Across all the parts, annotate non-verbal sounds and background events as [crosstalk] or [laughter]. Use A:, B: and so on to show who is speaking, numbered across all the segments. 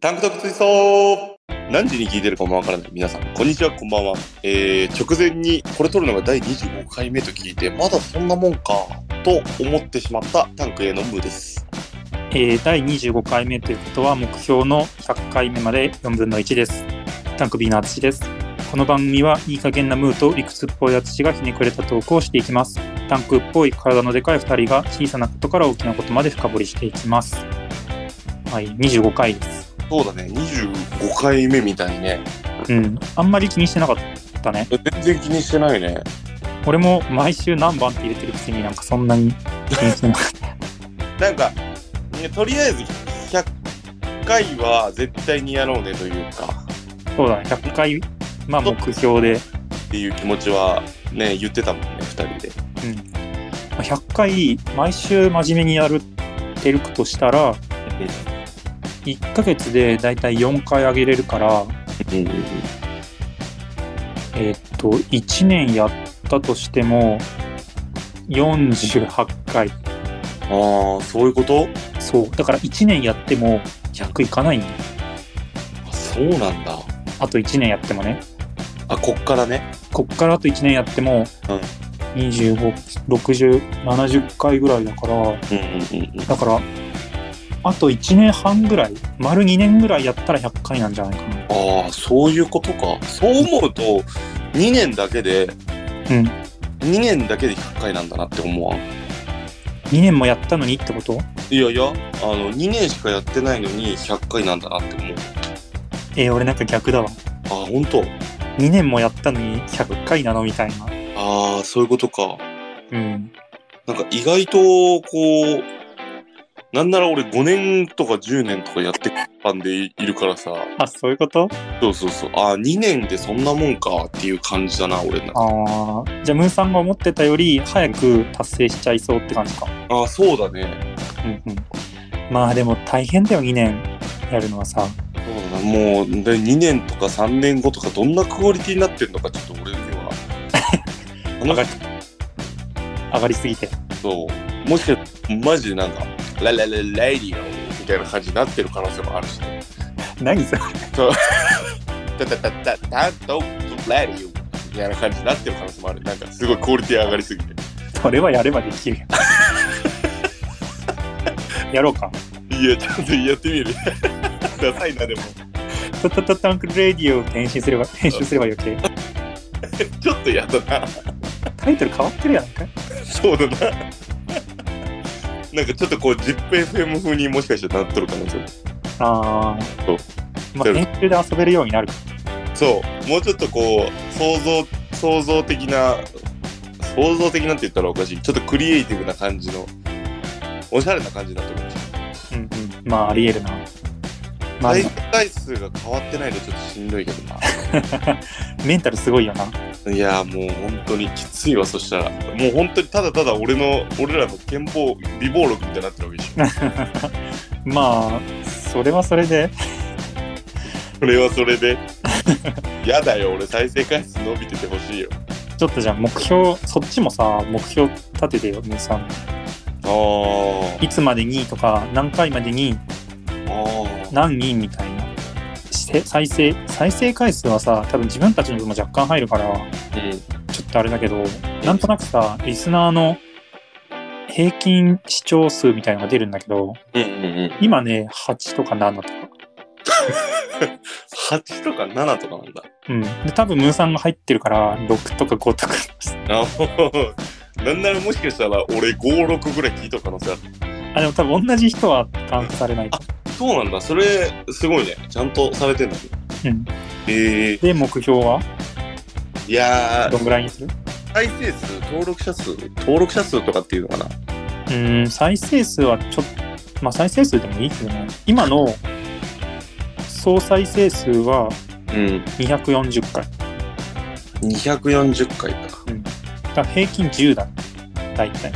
A: タンクトップ追走何時に聞いてるかもわからない皆さん、こんにちは、こんばんは。えー、直前にこれ撮るのが第25回目と聞いて、まだそんなもんか、と思ってしまったタンクへのムーです。
B: えー第25回目ということは目標の100回目まで4分の1です。タンク B の淳です。この番組はいい加減なムーと理屈っぽい淳がひねくれたトークをしていきます。タンクっぽい体のでかい2人が小さなことから大きなことまで深掘りしていきます。はい、25回です。
A: そうだね、25回目みたいね。
B: うん、あんまり気にしてなかったね。
A: 全然気にしてないね。
B: 俺も毎週何番って入れてるくせになんかそんなに気にしてなか
A: [laughs]
B: っ
A: なんか、ねとりあえず100回は絶対にやろうねというか、
B: た。 [laughs] そうだね、100回、まあ目標で。
A: っていう気持ちはね、言ってたもんね、2人で。
B: うん、まあ100回毎週真面目にやるってるとしたら1ヶ月でだいたい4回上げれるから、
A: うん
B: えーっと1年やったとしても48回
A: ああ、そういうこと
B: そうだから1年やっても100いかないんだよ
A: あそうなんだ。
B: あと1年やってもね
A: あ、こっからね。
B: こっからあと1年やっても
A: うん
B: 256070回ぐらいだから
A: うんうんうん
B: だからあと1年半ぐらい丸2年ぐらいやったら100回なんじゃないかな
A: ああそういうことかそう思うと2年だけで
B: うん
A: 2年だけで100回なんだなって思わん
B: 2年もやったのにってこと
A: いやいやあの2年しかやってないのに100回なんだなって思う
B: えー俺なんか逆だわ
A: あ本当
B: 2年もやったのに100回なのみたいな
A: ああそういうことか
B: うん
A: なんか意外とこうなんなら俺5年とか10年とかやってたんでいいるからさ
B: あそういうこと
A: そうそうそうああ2年でそんなもんかっていう感じだな俺なあ
B: あーじゃあムーさんが思ってたより早く達成しちゃいそうって感じか
A: あそうだね
B: うんうんまあでも大変だよ2年やるのはさ
A: そうだなもうで2年とか3年後とかどんなクオリティになってるのかちょっと俺には
B: 上がり上がりすぎて
A: そう。もしかして、マジでなんか、ラララララディオみたいな感じになってる可能性もあるしね。
B: 何それ
A: タタタタタントラディオみたいな感じになってる可能性もある。なんかすごいクオリティ上がりすぎて。
B: それはやればでき [laughs] るよやろうか
A: いや、ちょっとやってみる。 [laughs] ダサいな、でも。
B: タタタタンクレディオを編集すれば編集すれば余計
A: ちょっとやだな。
B: タイトル変わってるやんか
A: そうだな。なんかちょっとこう、ジップ FM 風にもしかしてなっとる可能性も。
B: ああ
A: そう
B: まあ編集で遊べるようになる
A: そう。もうちょっとこう、想像、想像的な、想像的なって言ったらおかしい。ちょっとクリエイティブな感じの、おしゃれな感じになってるかもしれない。
B: うんうん、まあありえるな。まあ、
A: 再生回数が変わってないのちょっとしんどいけどな。
B: メンタルすごいよな。 [laughs]
A: いやもう本当にきついわ、そしたら。もう本当にただただ俺の、俺らの健康、美貌録みたいになってるわけでし [laughs] ょ。
B: まあそれはそれで
A: それはそれで。やだよ、俺再生回数伸びててほしいよ。
B: ちょっとじゃあ目標そっちもさ目標立ててよ皆さん
A: あー
B: いつまでにとか何回までに
A: あ
B: 何人みたいなして再生再生回数はさ多分自分たちの分も若干入るから
A: ー。うん。
B: ちょっとあれだけどなんとなくさリスナーの平均視聴数みたいなのが出るんだけど
A: うんうんうん。
B: 今ね8とか7とか
A: 8とか7とかなんだ。
B: うん。で、多分ムーさんが入ってるから、6とか5とか。
A: あーなんならもしかしたら俺5、6ぐらい聞いた可能性ある。
B: あ、でも多分同じ人はカウントされない。
A: そうなんだ、それすごいね。ちゃんとされてんだね。
B: うん。
A: ええ
B: で、目標は
A: ー。いやー
B: どんぐらいにする
A: 再生数登録者数登録者数とかっていうのかな
B: うーん、再生数はちょっと、まあ再生数でもいいけどね。今の総再生数は
A: うん
B: 240回。
A: 240回か
B: うん。だから平均10だ。大体。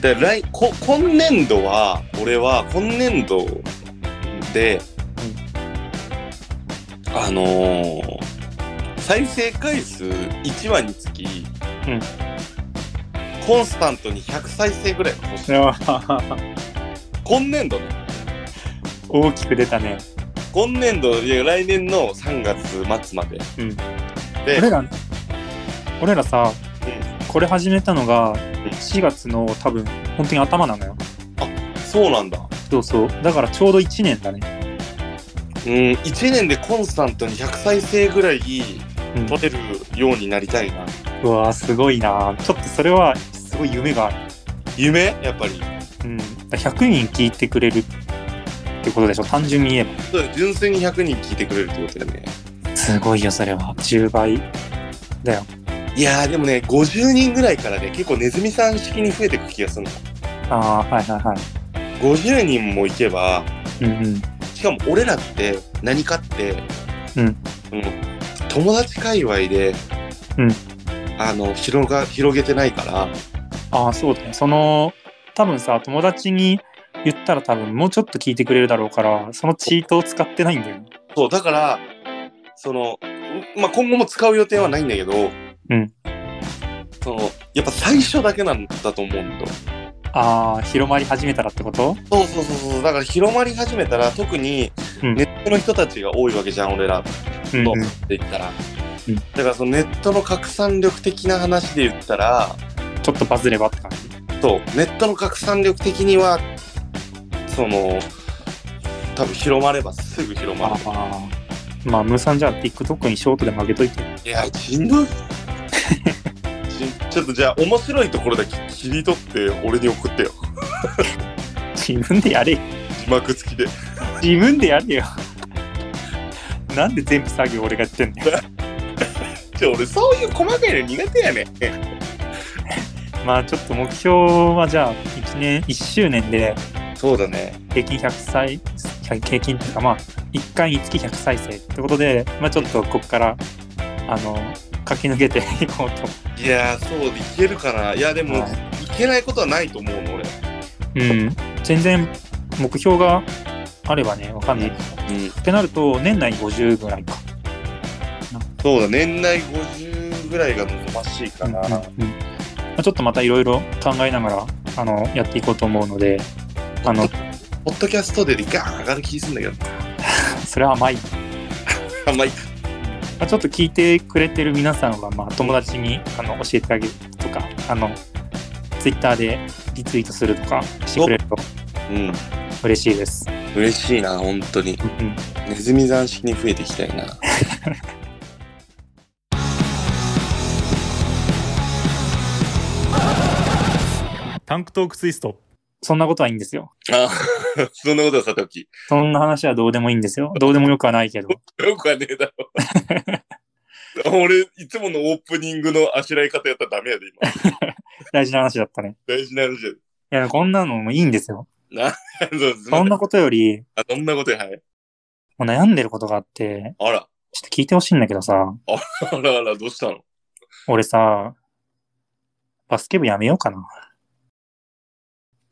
A: で来こ今年度は俺は今年度で、あのー再生回数1話につき、
B: うん
A: コンスタントに100再生ぐらいは欲しい
B: それは
A: 今年度ね
B: 大きく出たね。
A: 今年度、いや来年の3月末まで。
B: うん。
A: で、
B: 俺ら、俺らさ、
A: う
B: これ始めたのが4月の多分、本当に頭なのよ。
A: んそうなんだ。
B: そうそう。だからちょうど1年だね。
A: うん、1年でコンスタントに100再生ぐらい
B: うん
A: 取れるようになりたいな。
B: うわーすごいなちょっとそれは、すごい夢がある。
A: 夢やっぱり。
B: うん。だから100人聞いてくれるってことでしょ。単純に言えば。
A: そうだよ純粋に100人聞いてくれるってことだよね。
B: すごいよ、それは。10倍。だよ。
A: いやーでもね、50人ぐらいからね、結構ネズミさん式に増えていく気がするの。
B: ああ、はいはいはい。
A: 50人もいけば、
B: うんうん。
A: しかも俺らって何かって、
B: うん
A: うん友達界隈で、
B: うん
A: あの広が広げてないから
B: ああ、そうだね。その、多分さ、友達に言ったら多分もうちょっと聞いてくれるだろうから、そのチートを使ってないんだよね。
A: そうだからその、うまあ、今後も使う予定はないんだけど、
B: うん
A: そのやっぱ最初だけなんだと思うんだ
B: ああ、広まり始めたらってこと
A: そうそうそうそうだから広まり始めたら特に
B: うん
A: ネットの人たちが多いわけじゃん俺ら
B: う
A: と
B: ん、
A: って言ったら、
B: うん
A: だからそのネットの拡散力的な話で言ったら、
B: ちょっとバズればって感じ。
A: そうネットの拡散力的にはその多分広まればすぐ広まる
B: ああ。まあ、ムーさんじゃあ TikTok にショートでも上げといて。
A: いやしん
B: [laughs]
A: どいしんちょっとじゃあ面白いところだけ切り取って俺に送ってよ
B: 自分でやれ。
A: 字幕付きで
B: 自分でやれよ。 [laughs] なんで全部作業俺がやってんのよ。
A: じゃあ俺そういう細かいの苦手やねん
B: まあ、ちょっと目標はじゃあ、1年、1周年で
A: そうだね
B: 平均100再、100平均っていうかまあ、1回につき100再生ってことで、まあちょっとここから、あの、駆け抜けて [laughs] いこうと。
A: いやーそういけるかないやでも、、
B: はい
A: けないことはないと思うの俺
B: うん。全然目標があればね、わかんない。
A: うん
B: ってなると年内50ぐらいか。
A: そうだ年内50ぐらいが望ましいかな、
B: うんうんまあちょっとまたいろいろ考えながらあのやっていこうと思うのであの
A: ポッドキャストでガーン上がる気すんだけど
B: それは甘い、ま
A: あんまい
B: あ、ちょっと聞いてくれてる皆さんは、まあ、友達にあの教えてあげるとかあのツイッターでリツイートするとかしてくれると
A: うん
B: 嬉しいです、
A: 嬉しいな本当に
B: うんうん
A: ネズミ斬式に増えていきたいな
C: タンクトークツイスト。
B: そんなことはいいんですよ
A: あ [laughs] そんなことはさておき
B: そんな話はどうでもいいんですよどうでもよくはな
C: [laughs]
B: いけど
A: よくはねえだ [laughs] ろ俺いつものオープニングのあしらい方やったらダメやで今
B: 大事な話だったね
A: 大事な話やで
B: いやこんなのもいいんですよ
A: [laughs] そうすいま
B: そ
A: せ
B: ん
A: ん
B: なことより
A: あそんなことやはい
B: もう悩んでることがあって
A: あら
B: ちょっと聞いてほしいんだけどさ
A: あらあらどうしたの
B: 俺さ、バスケ部やめようかな。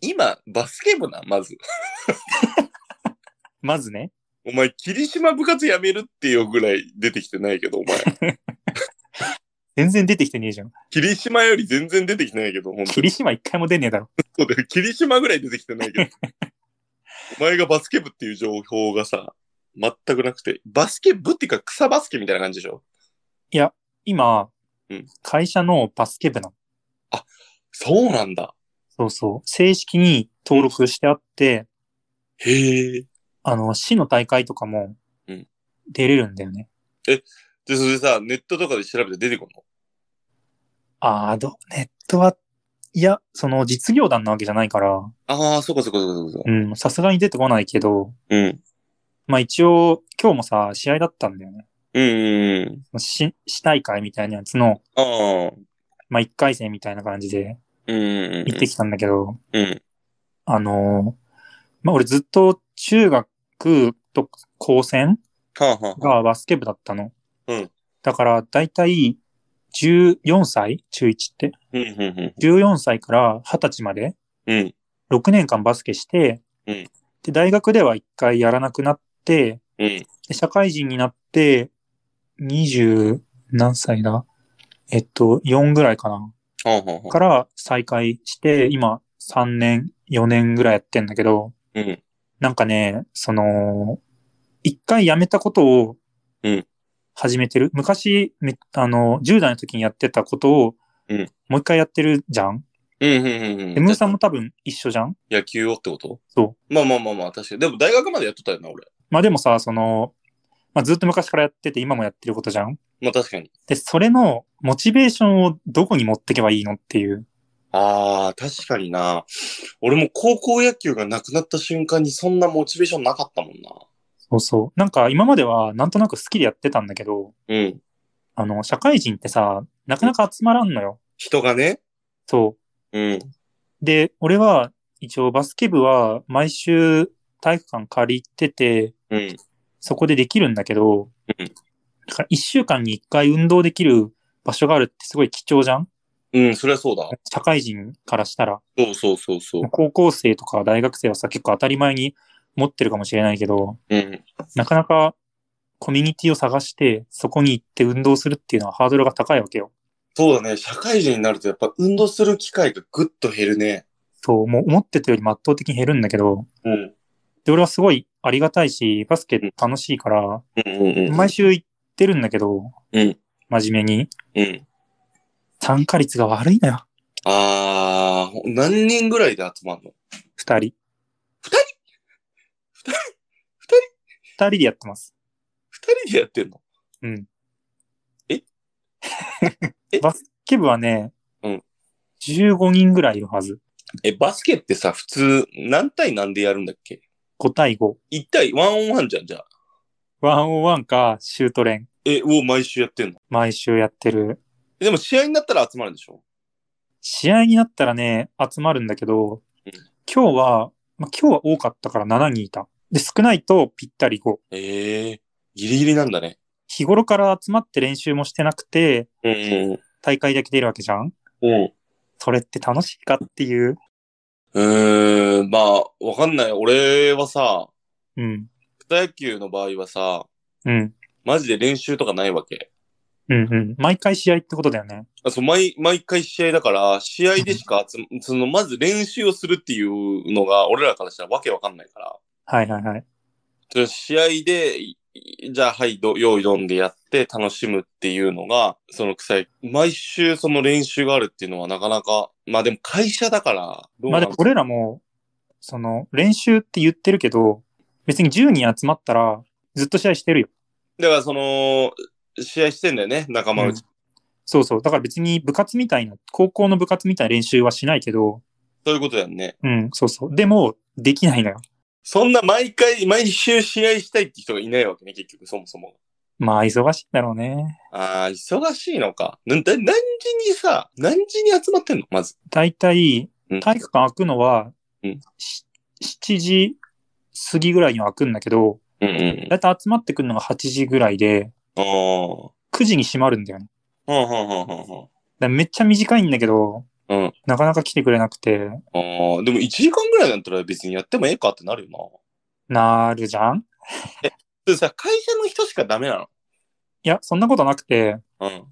A: 今バスケ部なまず
B: まずね、
A: お前霧島部活やめるってよぐらい出てきてないけどお前
B: 全然出てきてねえじゃん。
A: 霧島より全然出てきてないけど本当に
B: 霧島一回も出ねえだろ。
A: そうだよ霧島ぐらい出てきてないけ
B: [laughs]
A: どお前がバスケ部っていう情報がさ全くなくてバスケ部っていうか草バスケみたいな感じでしょ
B: 今、
A: うん
B: 会社のバスケ部なの。
A: そうなんだ。
B: そうそう。正式に登録してあって、
A: へえ。
B: あの、市の大会とかも
A: うん、
B: 出れるんだよね。
A: で、それでさ、ネットとかで調べて出てこんの
B: ああ、ど、ネットは、いや、その実業団なわけじゃないから、
A: ああ、そこそこそこそこ。
B: うん、さすがに出てこないけど、
A: うん。うん
B: まあ一応、今日もさ、試合だったんだよね。
A: うんうん。
B: 市、市大会みたいなやつの、
A: ああ。
B: まあ一回戦みたいな感じで
A: うんうん
B: 行ってきたんだけど、
A: うん。うん。
B: あのーまあ、俺ずっと中学と高専
A: はあはあ。
B: がバスケ部だったの。
A: うん
B: だから、だいたい14歳中1って。
A: うんうんうん。
B: 14歳から20歳まで
A: うん。
B: 6年間バスケして、
A: うん
B: で、大学では1回やらなくなって、
A: うん。
B: で社会人になって、20何歳だえっと、4ぐらいかな。
A: はあはあはあ。
B: から再開して、今3年、4年ぐらいやってんだけど、
A: うん。
B: なんかね、その、一回やめたことを
A: うん、
B: 始めてる。昔、めあの、10代の時にやってたことを
A: うん、
B: もう一回やってるじゃん、
A: うんうんうん。
B: で、ムーさんも多分一緒じゃん
A: 野球をってこと。
B: そう
A: まあまあまあまあ、確かに。でも大学までやっとったよな、俺。
B: まあでもさ、その、まあずっと昔からやってて今もやってることじゃん
A: まあ確かに。
B: で、それのモチベーションをどこに持ってけばいいのっていう。
A: ああ、確かにな。俺も高校野球がなくなった瞬間にそんなモチベーションなかったもんな。
B: そうそう。なんか今まではなんとなく好きでやってたんだけど、
A: うん。
B: あの、社会人ってさ、なかなか集まらんのよ。
A: 人がね。
B: そ
A: うん。
B: う。で、俺は一応バスケ部は毎週体育館借りてて、
A: うん。
B: そこでできるんだけど、
A: うん
B: だから一週間に一回運動できる場所があるってすごい貴重じゃん
A: うん、そりゃそうだ。
B: 社会人からしたら。
A: そうそうそうそう。
B: 高校生とか大学生はさ、結構当たり前に持ってるかもしれないけど、
A: うん。
B: なかなかコミュニティを探して、そこに行って運動するっていうのはハードルが高いわけよ。
A: そうだね。社会人になるとやっぱ運動する機会がぐっと減るね。
B: そう、もう思ってたよりも圧倒的に減るんだけど、
A: うん。
B: で、俺はすごいありがたいし、バスケ楽しいから、
A: うんうんうん。
B: 毎週行ってるんだけど、
A: うん。
B: 真面目に。
A: うん。
B: 参加率が悪いのよ、
A: ああ、何人ぐらいで集まるの
B: 二人。
A: 二人
B: 二人でやってます。
A: 二人でやってんの
B: うん。
A: ええ
B: バスケ部はね、
A: うん。
B: 15人ぐらいいるはず。
A: え、バスケってさ、普通、何対何でやるんだっけ
B: 5対5。
A: ?1 対ワンオンワンじゃん、じゃあ。
B: 101か、シュート練。
A: え、を毎週やってんの
B: 毎週やってる。
A: えでも試合になったら集まるんでしょ
B: 試合になったらね、集まるんだけど
A: うん、
B: 今日は、まあ、今日は多かったから7人いた。で、少ないとぴったり5。
A: ええギリギリなんだね。
B: 日頃から集まって練習もしてなくて、
A: うんうん
B: 大会だけ出るわけじゃん
A: うん。うん。
B: それって楽しいかっていう。
A: うーん、まあ、わかんない。俺はさ、
B: うん。
A: 草野球の場合はさ、
B: うん。
A: マジで練習とかないわけ。
B: うんうん。毎回試合ってことだよね。
A: あそう毎毎回試合だから、試合でしか集ま、 [laughs] その、まず練習をするっていうのが、俺らからしたらわけわかんないから。
B: はいはいはい。
A: それ試合で、いじゃあ、はい、ど用意どんでやって楽しむっていうのが、その臭い。毎週その練習があるっていうのはなかなか、まあでも会社だから、どう
B: ま
A: な
B: あで
A: の
B: も俺らも、その、練習って言ってるけど、別に10人集まったら、ずっと試合してるよ。
A: だからその、試合してんだよね、仲間内。
B: うんそうそう。だから別に部活みたいな、高校の部活みたいな練習はしないけど、
A: そういうことだよね。
B: うん、そうそう。でも、できないのよ。
A: そんな毎回、毎週試合したいって人がいないわけね、結局、そもそも。
B: まあ、忙しいんだろうね。
A: ああ、忙しいのか。な、だ何時にさ、何時に集まってんのまず。
B: 大体
A: うん、
B: 体育館開くのは、
A: うん
B: し7時過ぎぐらいには開くんだけど、
A: うんうん。
B: だいたい集まってくるのが8時ぐらいで、
A: ああ。
B: 9時に閉まるんだよね。
A: はんはんはんはんはん。
B: だからめっちゃ短いんだけど、
A: うん
B: なかなか来てくれなくて、
A: ああ、でも1時間ぐらいだったら別にやってもええかってなるよな。
B: なるじゃん
A: でさ、会社の人しかダメない
B: や、そんなことなくて、
A: の。うん。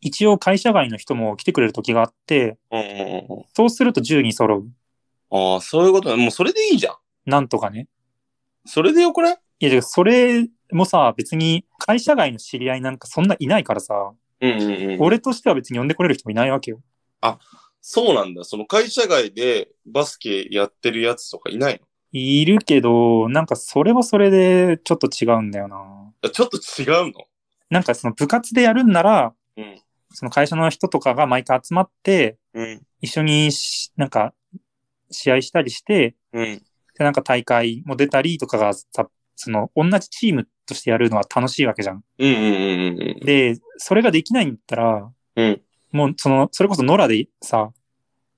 B: 一応会社外の人も来てくれる時があって、
A: うんうんうんうん。
B: そうすると10人揃う。
A: ああ、そういうことね。もうそれでいいじゃん。
B: なんとかね。
A: それでよくない
B: いや、だからそれもさ、別に会社外の知り合いなんかそんないないからさ、
A: うんうんうん。
B: 俺としては別に呼んでこれる人もいないわけよ。
A: そうなんだ。その会社外でバスケやってるやつとかいない
B: いるけど、なんかそれはそれでちょっと違うんだよな。
A: のちょっと違うの
B: なんかその部活でやるんなら、
A: うん
B: その会社の人とかが毎回集まって、
A: うん。
B: 一緒にしなんか試合したりして、
A: うん。
B: で、なんか大会も出たりとかがさ、その同じチームとしてやるのは楽しいわけじゃん。
A: うんうんうんうん。
B: で、それができないんだったら、
A: うん
B: もうその、それこそ野良でさ、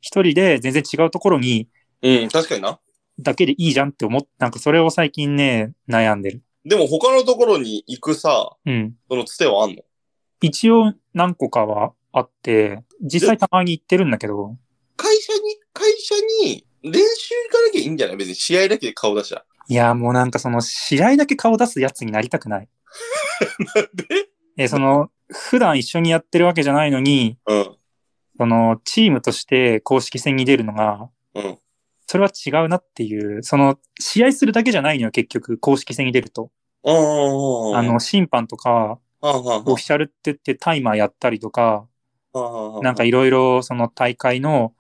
B: 一人で全然違うところに
A: うん、確かにな。
B: だけでいいじゃんって思っなんかそれを最近ね、悩んでる。
A: でも他のところに行くさ、
B: うん。
A: そのつてはあんの
B: 一応何個かはあって、実際たまに行ってるんだけど、
A: 会社に、会社に練習行かなきゃいいんじゃない別に試合だけで顔出したら。 [laughs]
B: いや、もうなんかその試合だけ顔出すやつになりたくない。え、その、普段一緒にやってるわけじゃないのに、
A: うん。
B: その、チームとして公式戦に出るのが、
A: うん
B: それは違うなっていう、その、試合するだけじゃないのよ、結局、公式戦に出ると。
A: あ
B: あの、審判とか、オフィシャルって言ってタイマーやったりとか、なんかいろいろその大会の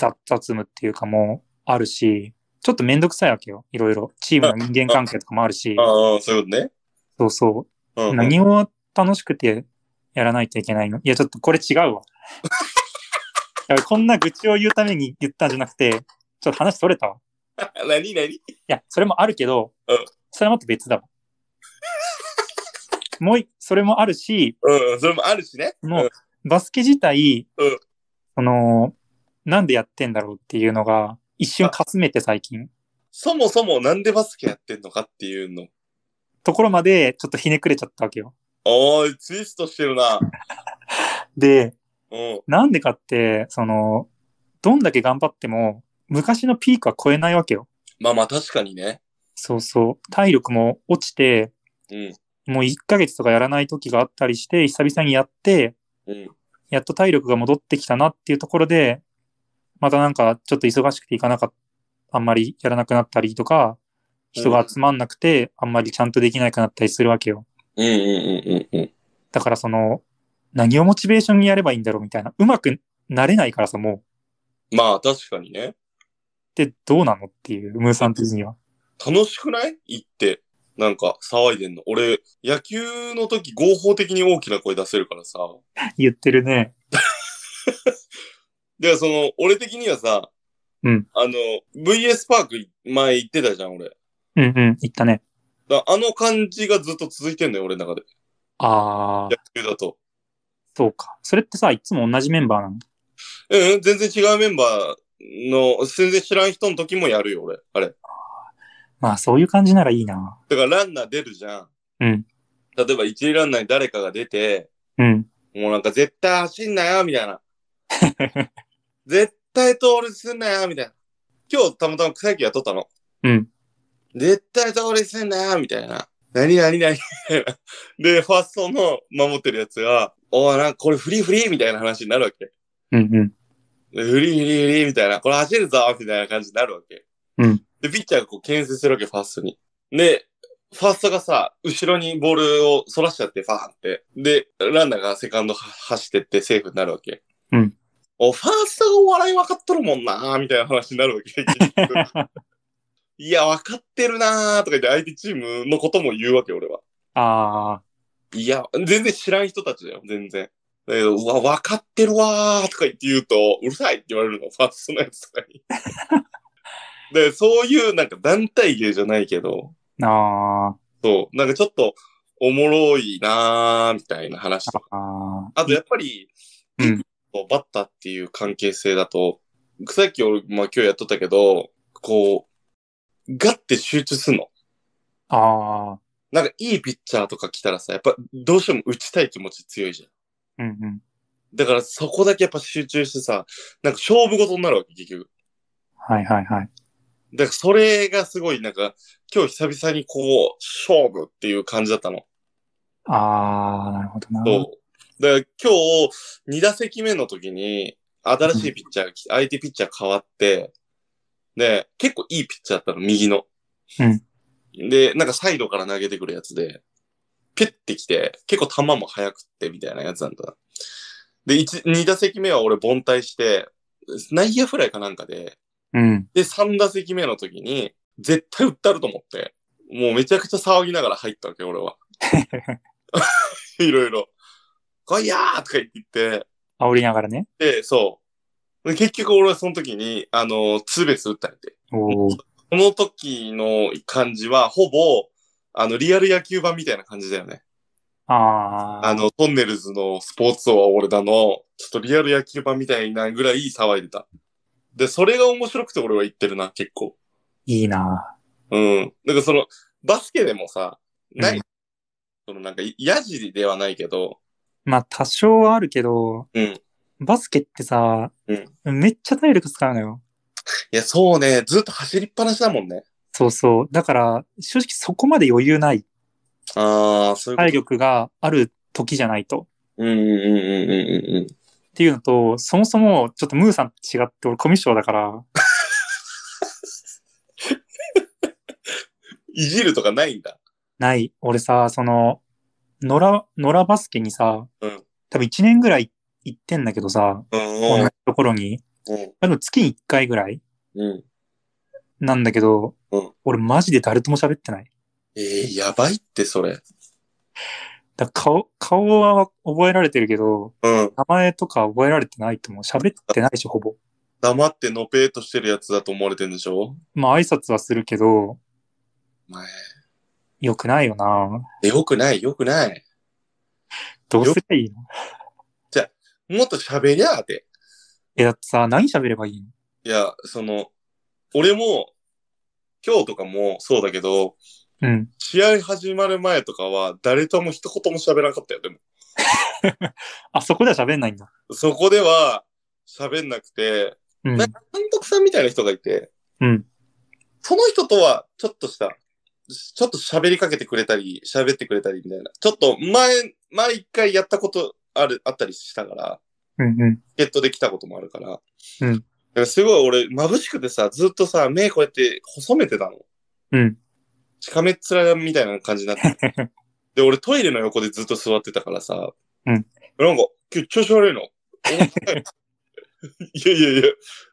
B: 雑雑務っていうかもあるし、ちょっとめんどくさいわけよ、いろいろ。チームの人間関係とかもあるし、
A: ああ、そういうことね。
B: そうそうう。
A: ん
B: 何を楽しくてやらないといけないのいや、ちょっとこれ違 [laughs] うわ。いやこんな愚痴を言うために言ったんじゃなくて、ちょっと話それたわ。
A: [laughs] 何何
B: いや、それもあるけど、
A: うん
B: それはまた別だわ。 [laughs] もうい、それもあるし、
A: うん、それもあるしね。
B: もう、バスケ自体、
A: うん
B: その、なんでやってんだろうっていうのが、一瞬かすめて最近。
A: そもそもなんでバスケやってんのかっていうの。
B: ところまで、ちょっとひねくれちゃったわけよ。
A: おい、ツイストしてるな。
B: で、
A: うん。
B: なんでかって、その、どんだけ頑張っても、昔のピークは超えないわけよ。
A: まあまあ確かにね。
B: そうそう。体力も落ちて、
A: うん。
B: もう1ヶ月とかやらない時があったりして、久々にやって、
A: うん。
B: やっと体力が戻ってきたなっていうところで、またなんかちょっと忙しくていかなかった、あんまりやらなくなったりとか、人が集まんなくて、あんまりちゃんとできなくなったりするわけよ。
A: うんうんうんうんうん。
B: だからその、何をモチベーションにやればいいんだろうみたいな。うまくなれないからさ、もう。
A: まあ確かにね。
B: で、どうなのっていう、ムーさん的には。
A: 楽しくない行って。なんか騒いでんの。俺、野球の時合法的に大きな声出せるからさ。
B: 言ってるね。
A: で、その、俺的にはさ、
B: うん。
A: あの、VS パーク前行ってたじゃん、俺。
B: うんうん、言ったね。
A: だあの感じがずっと続いてんのよ、俺の中で。
B: あー、
A: 野球だと。
B: そうか。それってさ、いつも同じメンバーなの
A: うん、全然違うメンバーの、全然知らん人の時もやるよ、俺。あれ。
B: まあ、そういう感じならいいな。
A: だからランナー出るじゃん。
B: うん。
A: 例えば一塁ランナーに誰かが出て、
B: うん。
A: もうなんか絶対走んなよ、みたい
B: [laughs]
A: な。絶対倒立すんなよ、みたいな。今日たまたま草野球やっとったの。
B: うん。
A: 絶対倒立すんなよ、みたいな。何何何み [laughs] たいな。で、ファーストの守ってるやつが、おい、なんかこれフリーフリーみたいな話になるわけ。
B: うんうん。
A: でフリーフリーフリーみたいな、これ走るぞみたいな感じになるわけ。
B: うん。
A: で、ピッチャーがこう牽制するわけ、ファーストに。で、ファーストがさ、後ろにボールを反らしちゃって、ファーンって。で、ランナーがセカンドは走ってってセーフになるわけ。
B: うん。
A: お、ファーストがお笑い分かっとるもんなーみたいな話になるわ
B: [laughs]
A: け。結局いや、分かってるなーとか言って相手チームのことも言うわけ、俺は。
B: あ
A: いや、全然知らん人たちだよ、全然。だけど、うわ、分かってるわーとか言って言うと、うるさいって言われるの、ファーストのやつと
B: [laughs]
A: かに。で、そういうなんか団体芸じゃないけど、
B: ー、あ
A: そう、なんかちょっとおもろいなーみたいな話と
B: ー
A: か。、
B: あ
A: あとやっぱり、
B: ー。うん。
A: バッターっていう関係性だと、さっき俺、まあ今日やっとったけど、こう、ガッて集中すんの。
B: ああ。
A: なんかいいピッチャーとか来たらさ、やっぱどうしても打ちたい気持ち強いじゃん。
B: うんうん。
A: だからそこだけやっぱ集中してさ、なんか勝負事になるわけ、結局。
B: はいはいはい。
A: だからそれがすごいなんか、今日久々にこう、勝負っていう感じだったの。
B: ああ、なるほどな。
A: そう。だから今日、2打席目の時に、新しいピッチャーが来、相手ピッチャー変わって、で、結構いいピッチャーだったの、右の。で、なんかサイドから投げてくるやつで、ピュッてきて、結構球も速くって、みたいなやつなんだ。で、1、2打席目は俺凡退して、内野フライかなんかで、
B: うん。
A: で、3打席目の時に、絶対打ったると思って、もうめちゃくちゃ騒ぎながら入ったわけ、俺は。いろいろ。来いやーとか言って
B: 煽りながらね。
A: 言って、で、そう。で結局俺はその時に、あの、ツーベース打ったんやて。
B: おー
A: この時の感じは、ほぼ、あの、リアル野球版みたいな感じだよね。
B: ああ。
A: あの、トンネルズのスポーツ王は俺だの、ちょっとリアル野球版みたいなぐらい騒いでた。で、それが面白くて俺は言ってるな、結構。
B: いいな。
A: うん。だからその、バスケでもさ、ない、
B: うん
A: そのなんか、やじりではないけど、
B: まあ、多少はあるけど、
A: うん。い
B: バスケってさ、めっちゃ体力使うのよ。
A: や、そうね、ずっと走りっぱなしだもんね。
B: そうそう。だから、正直そこまで余裕ない。
A: ああ、そういうこと。
B: 体力がある時じゃないと。
A: うんうんうんうんうんうん。
B: っていうのと、そもそも、ちょっとムーさんと違って、俺コミュ障だから、
A: いじるとかないんだ。
B: ない。俺さ、その、野良、野良バスケにさ、
A: うん
B: 多分1年ぐらい行ってんだけどさ、
A: うん
B: 同
A: うん
B: じところに。
A: うん
B: 多分月に1回ぐらい
A: うん。
B: なんだけど、
A: うん
B: 俺マジで誰とも喋ってない。
A: えー、やばいって、それ。
B: だから顔、顔は覚えられてるけど、
A: うん。
B: 名前とか覚えられてないと思う。喋ってないし、ほぼ。
A: 黙ってのぺーっとしてるやつだと思われてんでしょ
B: まあ挨拶はするけど、
A: お前。
B: 良くないよな
A: えよくない、よくない。
B: どうすりゃいいの
A: もっと喋りゃーって。
B: え、だってさ、何喋ればいいの
A: いや、その、俺も、今日とかもそうだけど、
B: うん。
A: 試合始まる前とかは、誰とも一言も喋らなかったよ、でも。
B: あそこでは喋んないんだ。
A: そこでは、喋んなくて、
B: うん
A: な。監督さんみたいな人がいて、
B: うん。
A: その人とは、ちょっとした、ちょっと喋りかけてくれたり、喋ってくれたりみたいな。ちょっと前、前一回やったことある、あったりしたから、
B: うんうん。
A: ゲットできたこともあるから。
B: うん
A: だからすごい俺、眩しくてさ、ずっとさ、目こうやって細めてたの。
B: うん。
A: しかめっ面みたいな感じになって
B: [laughs]
A: て。で、俺トイレの横でずっと座ってたからさ。
B: うん。
A: なんか、今日調子
B: [laughs]
A: 悪いのいやいやいや、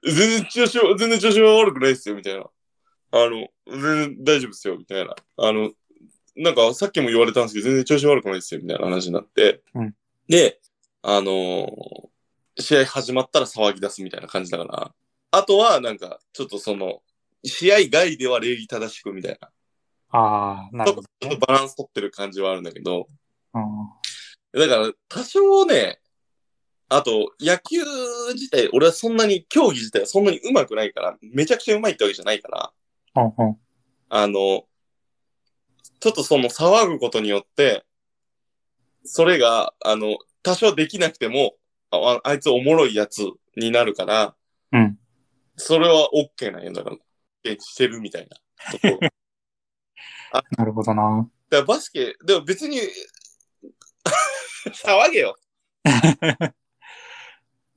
A: 全然調子は、全然調子は悪くないっすよ、みたいな。あの、全然大丈夫っすよ、みたいな。あの、なんかさっきも言われたんですけど、全然調子悪くないっすよ、みたいな話になって。
B: うん
A: で、あのー試合始まったら騒ぎ出すみたいな感じだから。あとは、なんか、ちょっとその、試合外では礼儀正しくみたいな。
B: ああ、な
A: ち
B: る
A: ょ
B: ほ
A: っ
B: ど
A: と
B: ね。
A: バランス取ってる感じはあるんだけど、
B: うん
A: だから多少ね、あと野球自体、俺はそんなに、競技自体はそんなに上手くないから、めちゃくちゃ上手いってわけじゃないから、
B: うんうん。
A: あの、ちょっとその騒ぐことによって、それが、あの、多少できなくても、ああいつおもろいやつになるから、
B: うん。
A: それは OK なんやだから、OK してるみたいなとこ
B: [laughs]
A: ろ。
B: なるほどな。
A: だからバスケ、でも別に、騒げよ。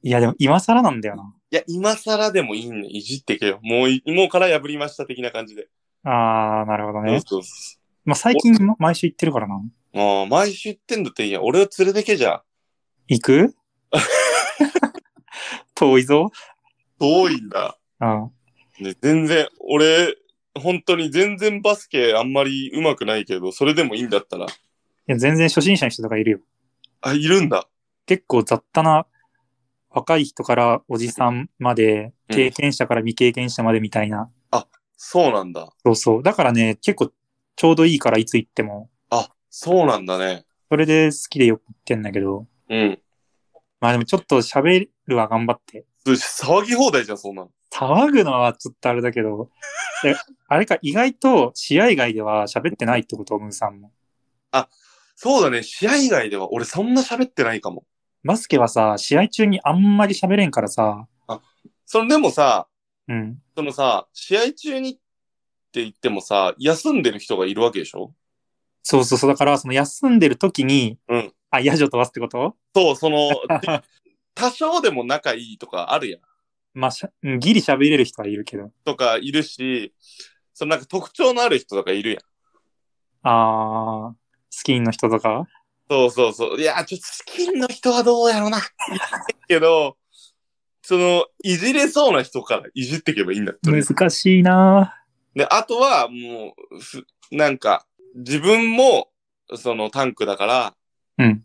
B: いや、でも今更なんだよ
A: いや、今更でもいいね。いじってけよ。もうい、もうから破りました的な感じで。
B: な。ああ、なるほどね。
A: そうそ
B: まあ、最近、ま毎週行ってるからな。
A: う。ああ、毎週言ってんだっていいや。俺を連れてけじゃ。
B: 行く
A: [laughs]
B: [laughs] 遠いぞ。
A: 遠いんだ。
B: うん。
A: ね、全然、俺、本当に全然バスケあんまり上手くないけど、それでもいいんだったら。
B: いや、全然初心者の人とかいるよ。
A: あ、いるんだ。
B: 結構雑多な若い人からおじさんまで、
A: うん
B: 経験者から未経験者までみたいな。
A: そうなんだ。
B: そうそう。だからね、結構ちょうどいいからいつ行っても。
A: あ、そうなんだね。
B: それで好きでよく行ってんだけど。
A: うん。
B: まあでもちょっと喋るは頑張って。
A: それ騒ぎ放題じゃん、そんなの。
B: 騒ぐのはちょっとあれだけど。であれか、意外と試合以外では喋ってないってこと、ムーさんも。
A: そうだね。試合以外では俺そんな喋ってないかも。
B: バスケはさ、試合中にあんまり喋れんからさ。
A: それでもさ、
B: うん。
A: そのさ、試合中にって言ってもさ、休んでる人がいるわけでしょ
B: そうそうそう。だから、その休んでる時に、
A: うん
B: あ、野女飛ばすってこと
A: そう、そ [laughs] の、多少でも仲いいとかあるやん。
B: まあ、しゃうんギリ喋れる人はいるけど。
A: とかいるし、そのなんか特徴のある人とかいるやん。
B: あー、スキンの人とか
A: そうそうそう。いや、ちょっとスキンの人はどうやろな。 [laughs] けど、その、いじれそうな人からいじっていけばいいんだって。
B: 難しいな
A: で、あとは、もう、ふなんか、自分も、そのタンクだから、
B: うん。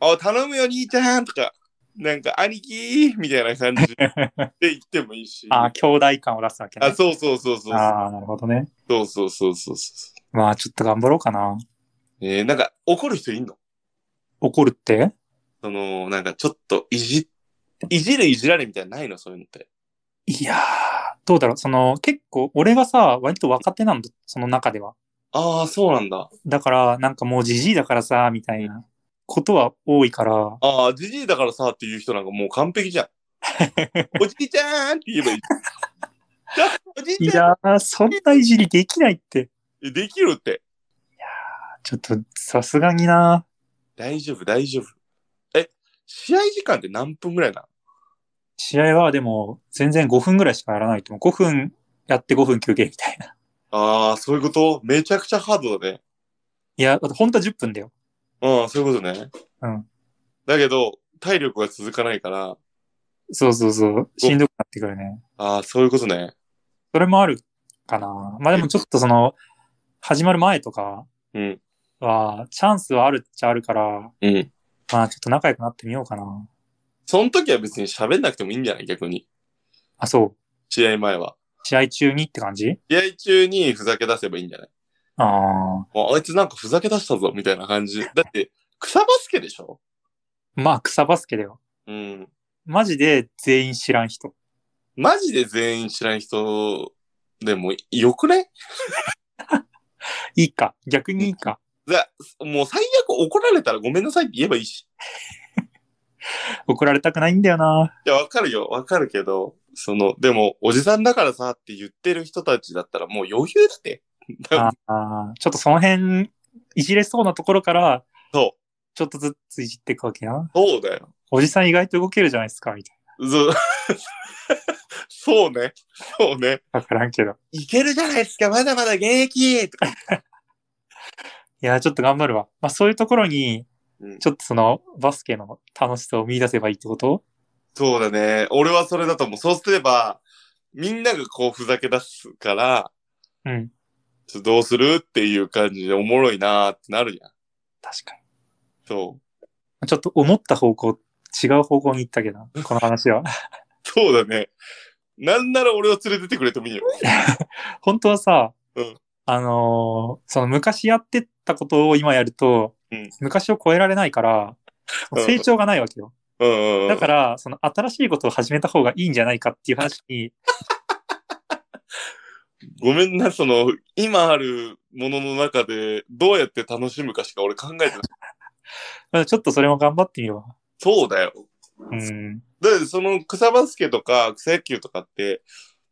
A: あ、頼むよ、兄ちゃんとか、なんか、兄貴みたいな感じ
B: [laughs]
A: で言ってもいいし。
B: あー、兄弟感を出すわけね。
A: あそうそうそうそうそう。
B: あー、なるほどね。
A: そうそうそうそうそう。
B: まあ、ちょっと頑張ろうかな。
A: えー、なんか、怒る人いんの
B: 怒るって
A: その、なんか、ちょっと、いじ、いじるいじられみたいなのないのそういうのって。
B: いやー、どうだろう。その、結構、俺がさ、割と若手なんだ、その中では。
A: ああ、そうなんだ。
B: だから、なんかもうじじいだからさ、みたいなことは多いから、
A: ああ、じじいだからさっていう人なんかもう完璧じゃん。おじいちゃんって言えばいい。おじい
B: い
A: ちゃん
B: やー、そんないじりできないって。
A: えできるって。
B: ちょっと、さすがにな
A: 大丈夫、大丈夫。え、試合時間って何分ぐらいな
B: 試合はでも、全然5分ぐらいしかやらないと思う。5分やって5分休憩みたいな。
A: のああ、そういうことめちゃくちゃハードだね。
B: いや、だって本当は10分だよ。
A: うん、そういうことね。
B: うん。
A: だけど、体力が続かないから、
B: そうそうそう。しんどくなってくるね。
A: ああ、そういうことね。
B: それもあるかな。まあでもちょっとその、始まる前とか
A: うん。
B: は、チャンスはあるっちゃあるから、
A: うん。
B: まあちょっと仲良くなってみようかな。
A: その時は別に喋んなくてもいいんじゃない逆に。
B: あ、そう。
A: 試合前は。
B: 試合中にって感じ
A: 試合中にふざけ出せばいいんじゃない
B: ああ。
A: もうあいつなんかふざけ出したぞ、みたいな感じ。だって、草バスケでしょ
B: まあ草バスケだよ。
A: うん。
B: マジで全員知らん人。
A: マジで全員知らん人でもよくね
B: いいか。逆にいいか。
A: もう最悪怒られたらごめんなさいって言えばいいし。
B: 怒られたくないんだよな。
A: いや、わかるよ。わかるけど、その、でも、おじさんだからさって言ってる人たちだったらもう余裕だって。
B: ああ。ちょっとその辺、いじれそうなところから、
A: そう。
B: ちょっとずついじっていくわけな。
A: そうだよ。
B: おじさん意外と動けるじゃないですか、みたい
A: そう、 [laughs] そうね。そうね。
B: な。わからんけど。
A: いけるじゃないですか。まだまだ現役とか。
B: いやー、ちょっと頑張るわ。まあそういうところに、
A: うん
B: ちょっとその、バスケの楽しさを見出せばいいってこと
A: そうだね。俺はそれだと思う。そうすれば、みんながこうふざけ出すから、
B: うん。
A: ちょっとどうするっていう感じでおもろいなーってなるじゃん。
B: 確か
A: そう。
B: に。ちょっと思った方向、違う方向に行ったけど、
A: [laughs]
B: この話は。
A: そうだね。なんなら俺を連れてってくれてもいいよ。
B: 本当はさ、
A: うん
B: あのーその昔やってたことを今やると、
A: うん
B: 昔を超えられないから、
A: うん
B: 成長がないわけよ。
A: うんうん。。
B: だからら、その新しいことを始めた方がいいんじゃないかっていう話に、
A: ごめんな、その、今あるものの中で、どうやって楽しむかしか俺考えてない。
B: まあちょっとそれも頑張ってみるわ。
A: そうだよ。
B: うん。
A: だってその草バスケとか草野球とかって、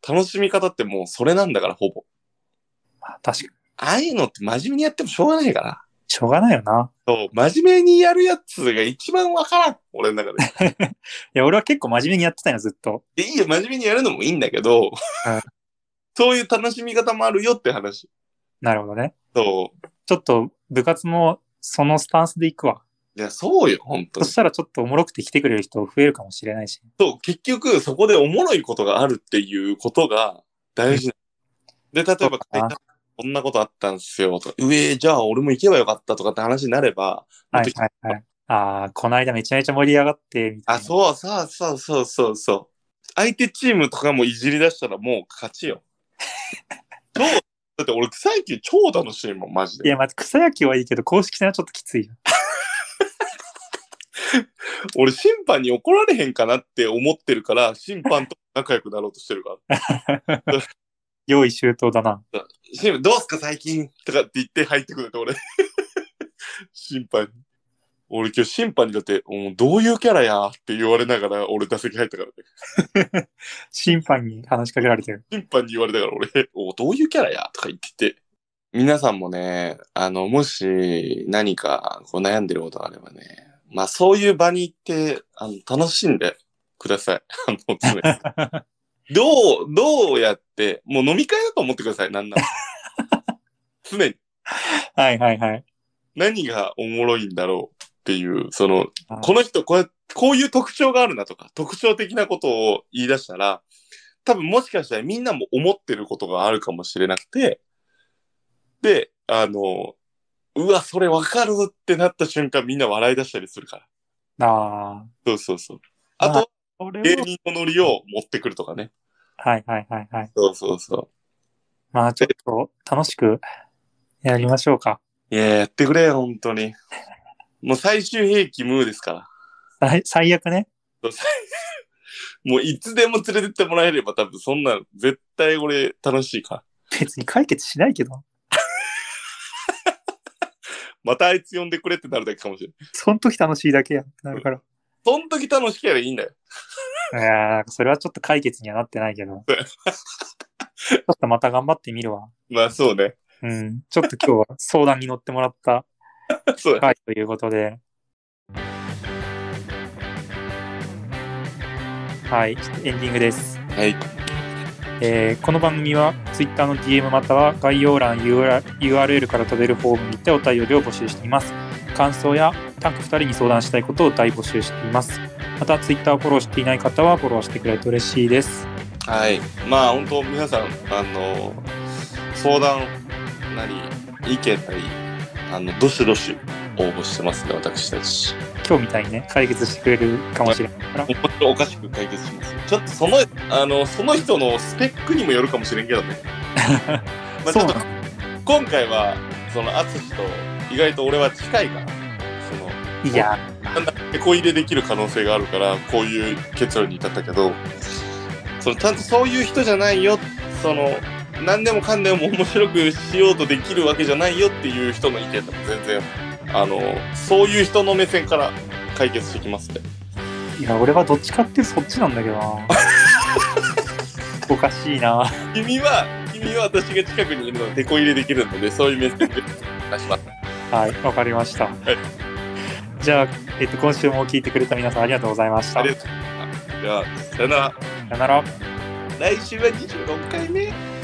A: 楽しみ方ってもうそれなんだから、ほぼ。
B: まあ、確かに。
A: ああいうのって真面目にやってもしょうがないから。
B: しょうがないよな。 [laughs]
A: そう、真面目にやるやつが一番わからん。俺の中
B: [laughs]
A: で。
B: いや、俺は結構真面目にやってたよ、ずっと。
A: で、いいよ、真面目にやるのもいいんだけど
B: うん、
A: そういう楽しみ方もあるよって話。
B: なるほどね。
A: そ
B: ちょっと部活もそのスタンスで行くわ。
A: う。いや、そうよ、本当
B: そ
A: に。
B: したらちょっとおもろくて来てくれる人増えるかもしれないし。
A: そう、結局、そこでおもろいことがあるっていうことが大事なの。で、例えば、
B: そうか
A: こんなことあったんすよ、とか、うえじゃあ俺も行けばよかったとかって話になれば、も
B: は
A: っと
B: いはいはい。ああ、この間めちゃめちゃ盛り上がって、みたい
A: あ、
B: な。
A: そうそうそうそうそうそう。相手チームとかもいじり出したらもう勝ち
B: [laughs]
A: よ。そう。だって俺、草野球超楽しいもん、マジで
B: い。や、まあ、草野球はいいけど、公式戦はちょっときついよ。
A: 俺審判に怒られへんかなって思ってるから審判と仲良くなろうとして
B: [laughs]
A: るから
B: 用意周到だな。
A: 審判どうすか最近とかって言って入ってくると俺 [laughs] 審判に俺今日審判にだってうんどういうキャラやって言われながら俺打席入ったからね
B: 審判に話しかけられてる。
A: 審判に言われたから俺おどういうキャラやとか言ってて皆さんもねあのもし何かこう悩んでることがあればねまあそういう場に行ってあの楽しんでください [laughs] あの常に [laughs] どう、どうやって、もう飲み会だと思ってください、なんなら。 [laughs] 常に。
B: はいはいはい。
A: 何がおもろいんだろうっていう、その
B: あ、ー
A: この人これ、こういう特徴があるなとか、特徴的なことを言い出したら、多分もしかしたらみんなも思ってることがあるかもしれなくて、で、あの、うわ、それわかるってなった瞬間みんな笑い出したりするから。
B: ああ。
A: そうそうそう。あと、
B: それ
A: 芸
B: を。
A: 人のノリを持ってくるとかね。
B: はいはいはいはい。
A: そうそうそう。
B: まあ、ちょっと楽しくやりましょうか。
A: いや、やってくれよ、本当に。もう最終兵器ムーですから。
B: 最最悪ね。
A: もういつでも連れてってもらえれば多分そんなん絶対俺楽しいから。
B: 別に解決しないけど。
A: またあいつ呼んでくれってなるだけかもしれない。
B: その時楽しいだけやってなるから。
A: そん時楽しければいいんだよ。
B: いやーそれはちょっと解決にはなってないけど。ちょっとまた頑張ってみるわ。
A: まあそうね。 [laughs]
B: うん。ちょっと今日は相談に乗ってもらった
A: そうだ。
B: 回ということで。はい、ちょっとエンディングです。
A: はい。
B: えーこの番組は Twitter の DM または概要欄 URL URL から飛べるフォームにてお便りを募集しています感想やタンク2人に相談したいことを大募集していますまた Twitter をフォローしていない方はフォローしてくれると嬉しいです
A: はい。まあ、本当皆さん、あの、相談なり、意見なり、あの、どしどし応募してますね、私たち。
B: 今日みたいにね解決してくれるかもしれないから
A: もっとおかしく解決します。ちょっとその、あの、その人のスペックにもよるかもしれんけど
B: [laughs]
A: ね。まあ、ち
B: そ
A: ょ
B: う
A: っ
B: な
A: と
B: の、
A: 今回は、その、淳と意外と俺は近いから、その、
B: いや
A: なんだエコ入れできる可能性があるからこういう結論に至ったけどそのちゃんとそういう人じゃないよその何でもかんでも面白くしようとできるわけじゃないよっていう人の意見でも全然あのそういう人の目線から解決してきますね。
B: いや俺はどっちかっていうとそっちなんだけ
A: [laughs]
B: どなおかしいな
A: 君は君は私が近くにいるので手こ入れできるのでそういう目線で出します。
B: はい、わかりました。じゃあ、えっと、今週も聞いてくれた皆さんありがとうございました。
A: あ
B: さ
A: り
B: よ
A: がとうございます。じゃあさよなら。
B: なら。
A: 来週は26回目。